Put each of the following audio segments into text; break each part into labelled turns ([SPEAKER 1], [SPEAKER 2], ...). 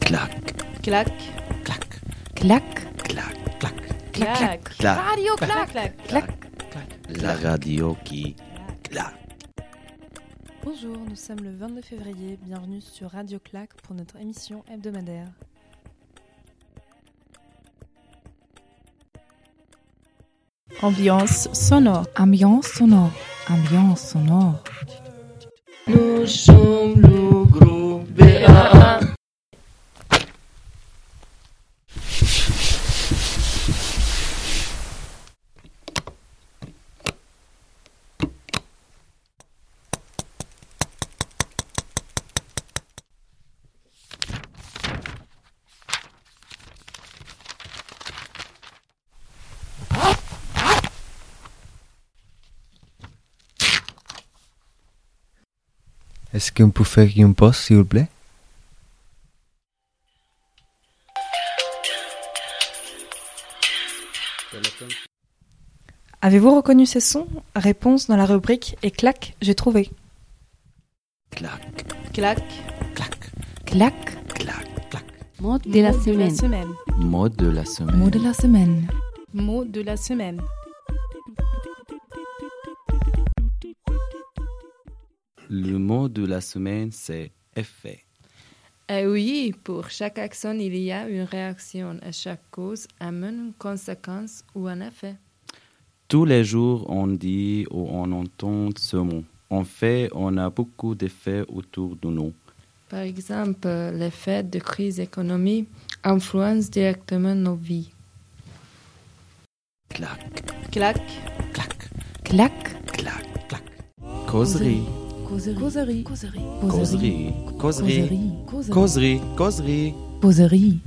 [SPEAKER 1] Clac,
[SPEAKER 2] Clac,
[SPEAKER 1] clac,
[SPEAKER 3] Clac,
[SPEAKER 1] clac, clac,
[SPEAKER 3] clac, clac,
[SPEAKER 1] clac.
[SPEAKER 2] Radio clac, clac.
[SPEAKER 3] clac.
[SPEAKER 1] La radio qui clac.
[SPEAKER 2] Bonjour, nous sommes le 22 février. Bienvenue sur Radio Clac pour notre émission hebdomadaire.
[SPEAKER 4] Ambiance sonore.
[SPEAKER 3] Ambiance sonore, ambiance sonore.
[SPEAKER 5] Nous sommes le groupe BAA.
[SPEAKER 6] Est-ce qu'on peut faire une pause, s'il vous plaît
[SPEAKER 2] Avez-vous reconnu ces sons Réponse dans la rubrique et clac, j'ai trouvé.
[SPEAKER 1] Clac,
[SPEAKER 2] Clac,
[SPEAKER 1] clac,
[SPEAKER 3] Clac,
[SPEAKER 1] clac, clac.
[SPEAKER 5] Mot
[SPEAKER 4] Mot semaine.
[SPEAKER 1] Mot de la semaine.
[SPEAKER 3] mot de la semaine.
[SPEAKER 4] Mot de la semaine.
[SPEAKER 1] Le mot de la semaine, c'est effet.
[SPEAKER 5] Eh oui, pour chaque action, il y a une réaction. À chaque cause amène une conséquence ou un effet.
[SPEAKER 1] Tous les jours, on dit ou on entend ce mot. En fait, on a beaucoup d'effets autour de nous.
[SPEAKER 5] Par exemple, l'effet de crise économique influence directement nos vies.
[SPEAKER 1] Clac,
[SPEAKER 2] clac,
[SPEAKER 1] clac,
[SPEAKER 3] Clac,
[SPEAKER 1] clac, clac. Causerie,
[SPEAKER 3] causerie,
[SPEAKER 1] causerie, causerie,
[SPEAKER 3] causerie,
[SPEAKER 1] causerie, causerie.
[SPEAKER 3] causerie.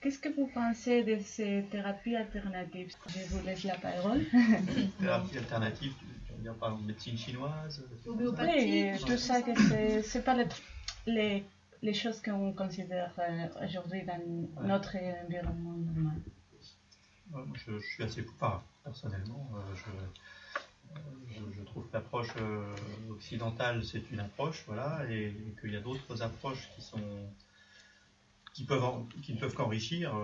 [SPEAKER 7] Qu'est-ce que vous pensez de ces thérapies alternatives Je vous laisse la parole.
[SPEAKER 8] Thérapie alternative, tu veux dire par médecine chinoise des choses comme ça
[SPEAKER 7] Oui, tout ça, que c'est- c'est pas les, les, les choses qu'on considère euh, aujourd'hui dans notre environnement normal.
[SPEAKER 8] Ouais, moi, je, je suis assez poupard, personnellement. Euh, je, euh, je, je trouve que l'approche euh, occidentale, c'est une approche, voilà, et, qu'il y a d'autres approches qui sont qui peuvent en- qui ne peuvent qu'enrichir euh,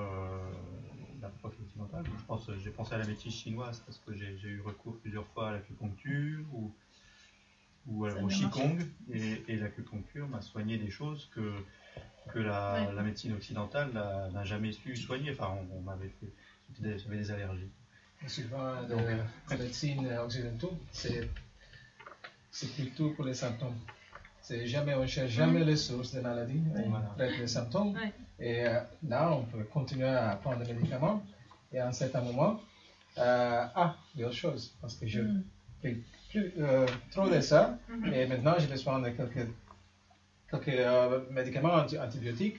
[SPEAKER 8] l'approche occidentale. Je pense, j'ai pensé à la médecine chinoise parce que j'ai j'ai eu recours plusieurs fois à l'acupuncture ou ou alors
[SPEAKER 7] Ça
[SPEAKER 8] au
[SPEAKER 7] ne marche
[SPEAKER 8] qigong et, et l'acupuncture m'a soigné des choses que que la,
[SPEAKER 7] Ouais.
[SPEAKER 8] la médecine occidentale n'a n'a jamais su soigner. Enfin, on, on m'avait fait des- j'avais des allergies.
[SPEAKER 9] Souvent, la médecine occidentale, c'est c'est plutôt pour les symptômes. C'est jamais, on ne cherche jamais les sources de la maladie,
[SPEAKER 8] Voilà.
[SPEAKER 9] on traite les symptômes.
[SPEAKER 7] Ouais.
[SPEAKER 9] Et euh, là, on peut continuer à prendre des médicaments. Et à un certain moment, euh, ah, il y a autre chose, parce que je
[SPEAKER 7] Mm-hmm.
[SPEAKER 9] fais plus, euh, trop de ça. Et maintenant, je vais prendre quelques, quelques euh, médicaments anti- antibiotiques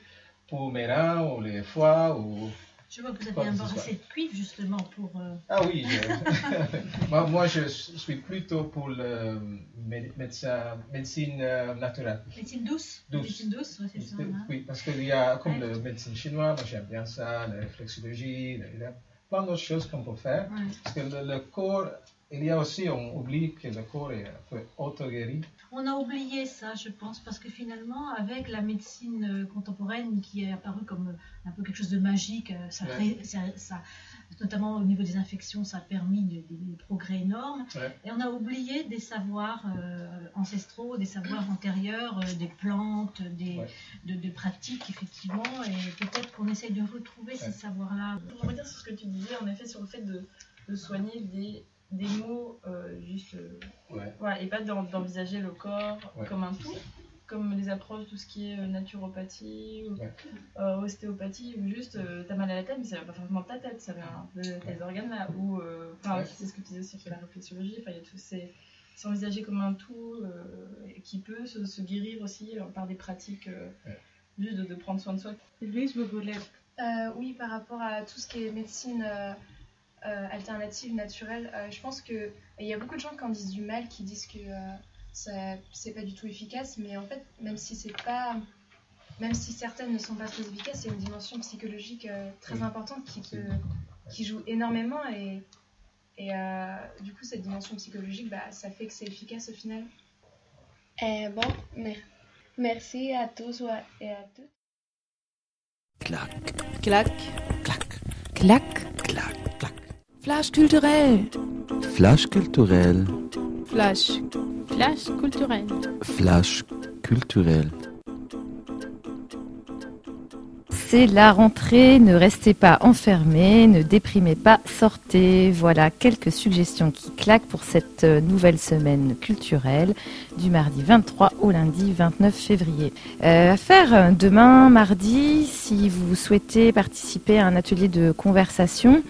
[SPEAKER 9] pour mes reins ou les foies ou
[SPEAKER 10] Je vois que vous avez
[SPEAKER 9] Quoi que
[SPEAKER 10] un
[SPEAKER 9] ce
[SPEAKER 10] bar
[SPEAKER 9] soit.
[SPEAKER 10] assez de cuivre justement pour. euh,
[SPEAKER 9] Ah oui, je- moi, moi, je suis plutôt pour le mé- médecin- médecine euh, naturelle.
[SPEAKER 10] médecine douce.
[SPEAKER 9] Douce.
[SPEAKER 10] Médecine douce, ouais, c'est ça. hein.
[SPEAKER 9] Oui, parce qu'il y a comme le médecine chinois, moi j'aime bien ça, la réflexologie, il y a plein d'autres choses qu'on peut faire.
[SPEAKER 10] Ouais.
[SPEAKER 9] Parce que le, le corps, il y a aussi, on oublie que le corps est peut auto-guérir.
[SPEAKER 10] On a oublié ça, je pense, parce que finalement, avec la médecine euh, contemporaine qui est apparue comme euh, un peu quelque chose de magique, euh, ça,
[SPEAKER 9] Ouais.
[SPEAKER 10] fait- ça- ça- notamment au niveau des infections, ça a permis de- des, des progrès énormes.
[SPEAKER 9] Ouais.
[SPEAKER 10] Et on a oublié des savoirs euh, ancestraux, des savoirs antérieurs, euh, des plantes, des,
[SPEAKER 9] Ouais.
[SPEAKER 10] de, de pratiques, effectivement. Et peut-être qu'on essaye de retrouver ces
[SPEAKER 9] Ouais.
[SPEAKER 10] savoirs-là.
[SPEAKER 11] Pour revenir sur ce que tu disais, en effet, sur le fait de, de soigner des, des mots euh, juste. euh,
[SPEAKER 9] Ouais.
[SPEAKER 11] voilà, et pas d'en- d'envisager le corps
[SPEAKER 9] Ouais.
[SPEAKER 11] comme un tout, comme les approches, tout ce qui est euh, naturopathie ou
[SPEAKER 9] Ouais.
[SPEAKER 11] euh, ostéopathie, ou juste euh, t'as mal à la tête, mais ça vient pas forcément de ta tête, ça vient de tes organes là. Ou, euh, enfin,
[SPEAKER 9] Ouais.
[SPEAKER 11] c'est ce que tu disais sur la réflexologie, enfin, il y a tous ces. C'est envisagé comme un tout euh, et qui peut se, se guérir aussi euh, par des pratiques, euh,
[SPEAKER 9] Ouais.
[SPEAKER 11] juste de, de prendre soin de soi.
[SPEAKER 7] Louise, vous voulez
[SPEAKER 12] Euh, oui, par rapport à tout ce qui est médecine euh, euh, alternative, naturelle, euh, je pense qu'il y a beaucoup de gens qui en disent du mal, qui disent que euh, ça- c'est pas du tout efficace, mais en fait, même si c'est pas. Même si certaines ne sont pas très efficaces, il y a une dimension psychologique euh, très
[SPEAKER 9] Oui.
[SPEAKER 12] importante qui, peut-
[SPEAKER 9] Absolument.
[SPEAKER 12] qui joue énormément et, et, euh, du coup cette dimension psychologique, bah, ça fait que c'est efficace au final.
[SPEAKER 7] Bon, mais
[SPEAKER 12] Merci à tous et à toutes.
[SPEAKER 1] Clac.
[SPEAKER 4] Clac.
[SPEAKER 3] Clac.
[SPEAKER 1] Clac.
[SPEAKER 3] Flash culturel.
[SPEAKER 1] Flash culturel.
[SPEAKER 4] Flash. Flash culturel.
[SPEAKER 1] Flash culturel.
[SPEAKER 13] C'est la rentrée, ne restez pas enfermés, ne déprimez pas, sortez. Voilà quelques suggestions qui claquent pour cette euh, nouvelle semaine culturelle du mardi 23 au lundi 29 février. Euh, à faire demain, mardi, si vous souhaitez participer à un atelier de conversation,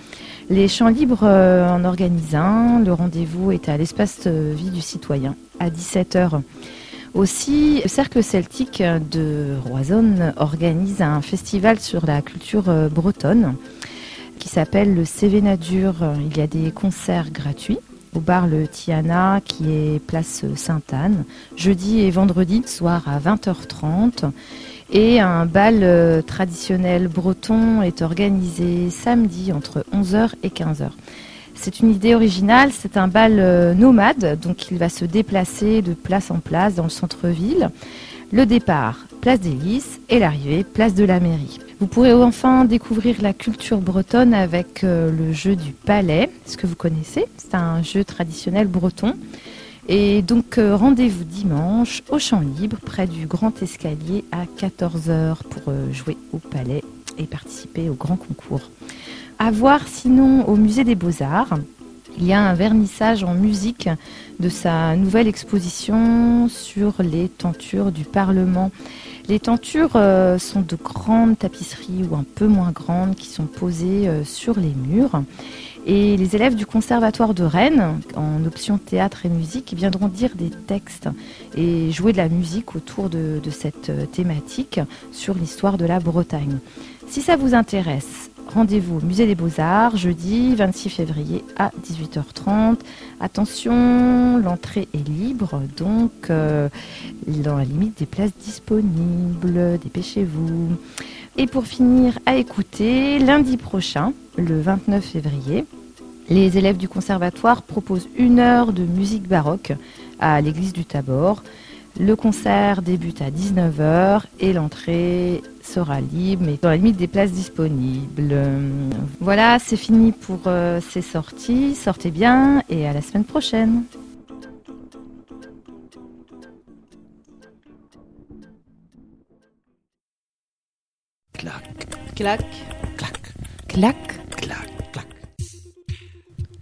[SPEAKER 13] les champs libres euh, en organisent un. Le rendez-vous est à l'espace euh, vie du citoyen à 17h. Aussi, le Cercle celtique de Roisonne organise un festival sur la culture euh, bretonne qui s'appelle le CV Nature. Il y a des concerts gratuits au bar Le Tiana qui est place Sainte-Anne, jeudi et vendredi soir à 20h30. Et un bal euh, traditionnel breton est organisé samedi entre 11h et 15h. C'est une idée originale, c'est un bal euh, nomade, donc il va se déplacer de place en place dans le centre-ville. Le départ, place des Lys, et l'arrivée, place de la mairie. Vous pourrez enfin découvrir la culture bretonne avec euh, le jeu du palais, ce que vous connaissez, c'est un jeu traditionnel breton. Et donc euh, rendez-vous dimanche au Champ Libre, près du Grand Escalier à 14h pour euh, jouer au palais et participer au grand concours. À voir sinon au Musée des Beaux-Arts. Il y a un vernissage en musique de sa nouvelle exposition sur les tentures du Parlement. Les tentures euh, sont de grandes tapisseries ou un peu moins grandes qui sont posées euh, sur les murs. Et les élèves du Conservatoire de Rennes, en option théâtre et musique, viendront dire des textes et jouer de la musique autour de, de cette euh, thématique sur l'histoire de la Bretagne. Si ça vous intéresse, rendez-vous au Musée des Beaux-Arts jeudi 26 février à 18h30. Attention, l'entrée est libre, donc euh, dans la limite des places disponibles, dépêchez-vous. Et pour finir, à écouter, lundi prochain, le 29 février, les élèves du conservatoire proposent une heure de musique baroque à l'église du Tabor. Le concert débute à 19h et l'entrée sera libre, mais dans la limite des places disponibles. Voilà, c'est fini pour euh, ces sorties. Sortez bien et à la semaine prochaine.
[SPEAKER 4] Clac.
[SPEAKER 3] Clac.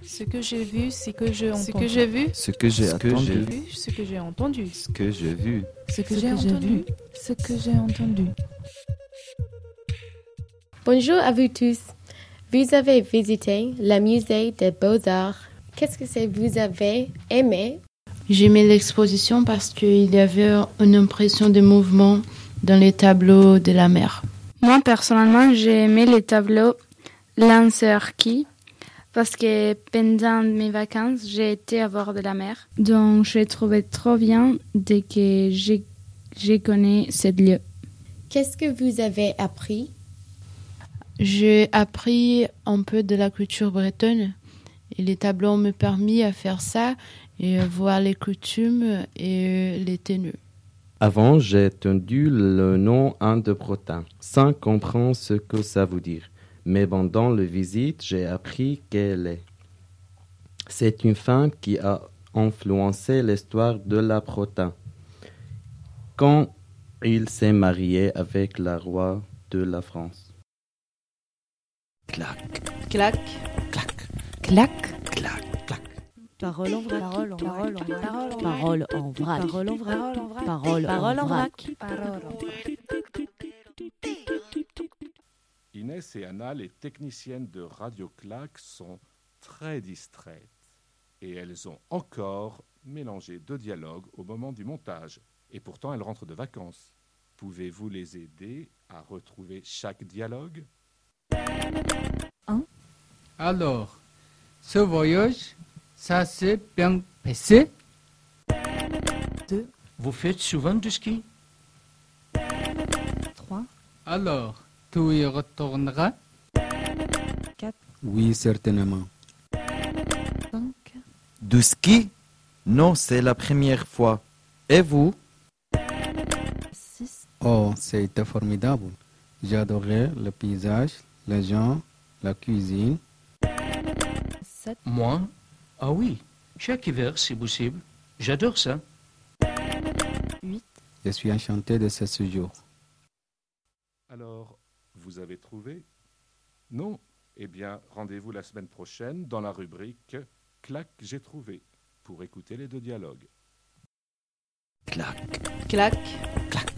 [SPEAKER 4] Ce que j'ai vu, c'est que j'ai entendu.
[SPEAKER 1] Ce que j'ai vu. Ce que j'ai attendu.
[SPEAKER 4] vu, Ce que j'ai entendu.
[SPEAKER 1] Ce que j'ai vu.
[SPEAKER 3] Ce que j'ai entendu. Ce que j'ai entendu.
[SPEAKER 14] Bonjour à vous tous. Vous avez visité le musée des beaux-arts. Qu'est-ce que c'est vous avez aimé
[SPEAKER 15] J'aimais l'exposition parce qu'il y avait une impression de mouvement dans les tableaux de la mer.
[SPEAKER 16] Moi, personnellement, j'ai aimé les tableaux Lancer qui parce que pendant mes vacances, j'ai été à bord de la mer. Donc, j'ai trouvé trop bien dès que j'ai j'ai connu ce lieu.
[SPEAKER 14] Qu'est-ce que vous avez appris
[SPEAKER 15] J'ai appris un peu de la culture bretonne et les tableaux m'ont permis à faire ça et voir les coutumes et les tenues.
[SPEAKER 1] Avant, j'ai entendu le nom Breton, sans comprendre ce que ça veut dire. Mais pendant la visite, j'ai appris qu'elle est. C'est une femme qui a influencé l'histoire de la Bretagne. Quand il s'est marié avec la roi de la France. Clac.
[SPEAKER 4] Clac.
[SPEAKER 3] Clac.
[SPEAKER 17] Parole en vrac. Parole en vrac.
[SPEAKER 18] Parole en vrac.
[SPEAKER 17] Parole en vrac.
[SPEAKER 18] Parole en vrac.
[SPEAKER 19] Inès et Anna, les techniciennes de Radio Claque, sont très distraites. Et elles ont encore mélangé deux dialogues au moment du montage. Et pourtant, elles rentrent de vacances. Pouvez-vous les aider à retrouver chaque dialogue
[SPEAKER 20] Hein Alors, ce voyage, ça s'est bien passé
[SPEAKER 21] Vous faites souvent du ski
[SPEAKER 20] Alors, tu y retourneras
[SPEAKER 22] Oui, certainement.
[SPEAKER 23] De ski Non, c'est la première fois. Et vous
[SPEAKER 20] Oh, c'était formidable. J'adorais le paysage, les gens, la cuisine.
[SPEAKER 21] Moi Ah oui, chaque hiver si possible. J'adore ça.
[SPEAKER 20] Je suis enchanté de ce séjour.
[SPEAKER 19] Alors, vous avez trouvé Non Eh bien, rendez-vous la semaine prochaine dans la rubrique Clac, j'ai trouvé pour écouter les deux dialogues.
[SPEAKER 3] Clac.
[SPEAKER 17] Clac.
[SPEAKER 3] Clac.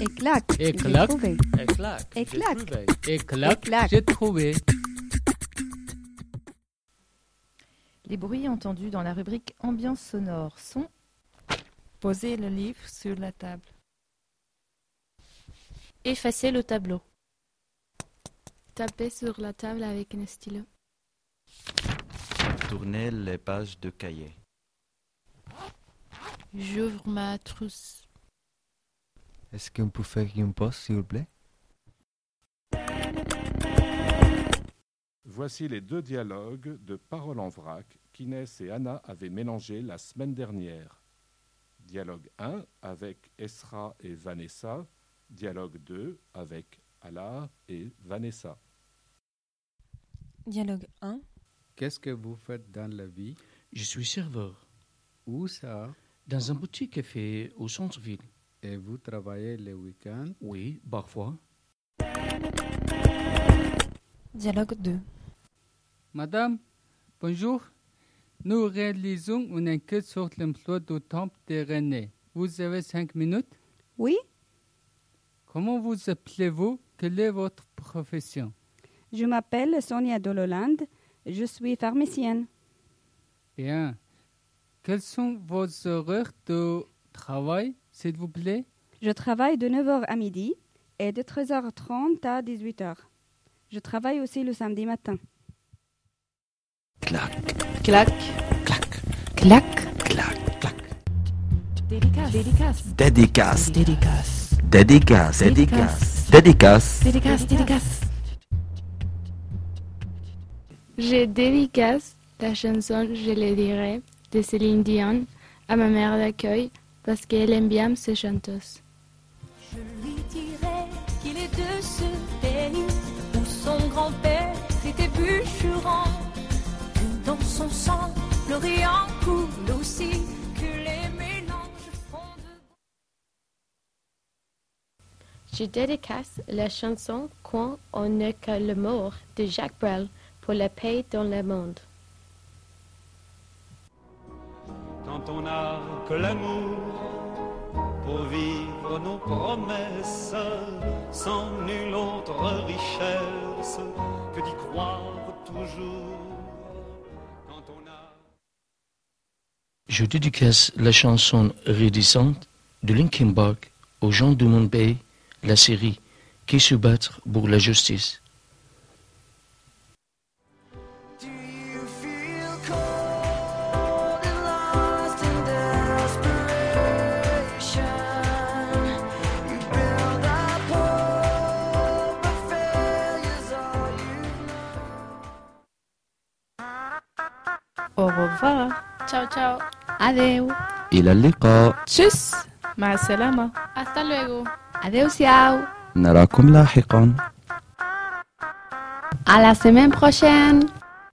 [SPEAKER 17] Et clac.
[SPEAKER 20] Et
[SPEAKER 17] j'ai
[SPEAKER 20] clac.
[SPEAKER 17] trouvé.
[SPEAKER 20] Et clac.
[SPEAKER 17] Et clac.
[SPEAKER 20] Et clac, j'ai trouvé.
[SPEAKER 13] Les bruits entendus dans la rubrique ambiance sonore sont
[SPEAKER 6] Posez le livre sur la table.
[SPEAKER 22] Effacez le tableau.
[SPEAKER 23] Tapez sur la table avec un stylo.
[SPEAKER 24] Tournez les pages de cahier.
[SPEAKER 15] J'ouvre ma trousse.
[SPEAKER 25] Est-ce qu'on peut faire une pause, s'il vous plaît
[SPEAKER 19] Voici les deux dialogues de Parole en vrac qu'Inès et Anna avaient mélangés la semaine dernière. Dialogue 1 avec Esra et Vanessa. Dialogue 2 avec Ala et Vanessa.
[SPEAKER 2] Dialogue 1.
[SPEAKER 20] Qu'est-ce que vous faites dans la vie
[SPEAKER 21] Je suis serveur.
[SPEAKER 20] Où ça
[SPEAKER 21] Dans un petit café au centre-ville.
[SPEAKER 20] Et vous travaillez les week-ends
[SPEAKER 21] Oui, parfois.
[SPEAKER 2] Dialogue 2.
[SPEAKER 20] Madame, bonjour. Nous réalisons une enquête sur l'emploi du temps de René. Vous avez cinq minutes
[SPEAKER 26] Oui,
[SPEAKER 20] Comment vous appelez-vous Quelle est votre profession
[SPEAKER 26] je m'appelle Sonia Dololand. Je suis pharmacienne.
[SPEAKER 20] Bien. Quels sont vos horaires de travail, s'il vous plaît
[SPEAKER 26] Je travaille de 9h à midi et de 13h30 à 18h. Je travaille aussi le samedi matin.
[SPEAKER 3] Clac. Clac. Clac.
[SPEAKER 17] Dédicace. Dédicace. Dédicace.
[SPEAKER 3] Dédicace. Dédicace.
[SPEAKER 17] Dédicace.
[SPEAKER 3] Dédicace.
[SPEAKER 17] Dédicace.
[SPEAKER 3] Dédicace.
[SPEAKER 23] Je dédicace la chanson Je le dirai de Céline Dion à ma mère d'accueil parce qu'elle aime bien ce chanteuse.
[SPEAKER 27] lui dirai qu'il est de ce pays où son grand-père était bûcheron. Tout dans son sang, l'Orient coule aussi, que les mélanges font de
[SPEAKER 23] Je dédicace la chanson Quand on n'est que le mort de Jacques Brel pour la paix dans le monde.
[SPEAKER 28] quand on n'a que l'amour pour vivre nos promesses sans nulle autre richesse que d'y croire toujours.
[SPEAKER 21] Je dédicace la chanson Rédissante de Linkin Park aux gens du monde pays, la série Qui se battre pour la justice.
[SPEAKER 3] Au revoir.
[SPEAKER 4] Ciao, ciao.
[SPEAKER 3] Adeu.
[SPEAKER 25] Il a liqa.
[SPEAKER 4] Tchuss. Ma salama. Hasta luego.
[SPEAKER 3] Adeu, ciao.
[SPEAKER 25] نراكم لاحقا
[SPEAKER 3] À la semaine prochaine.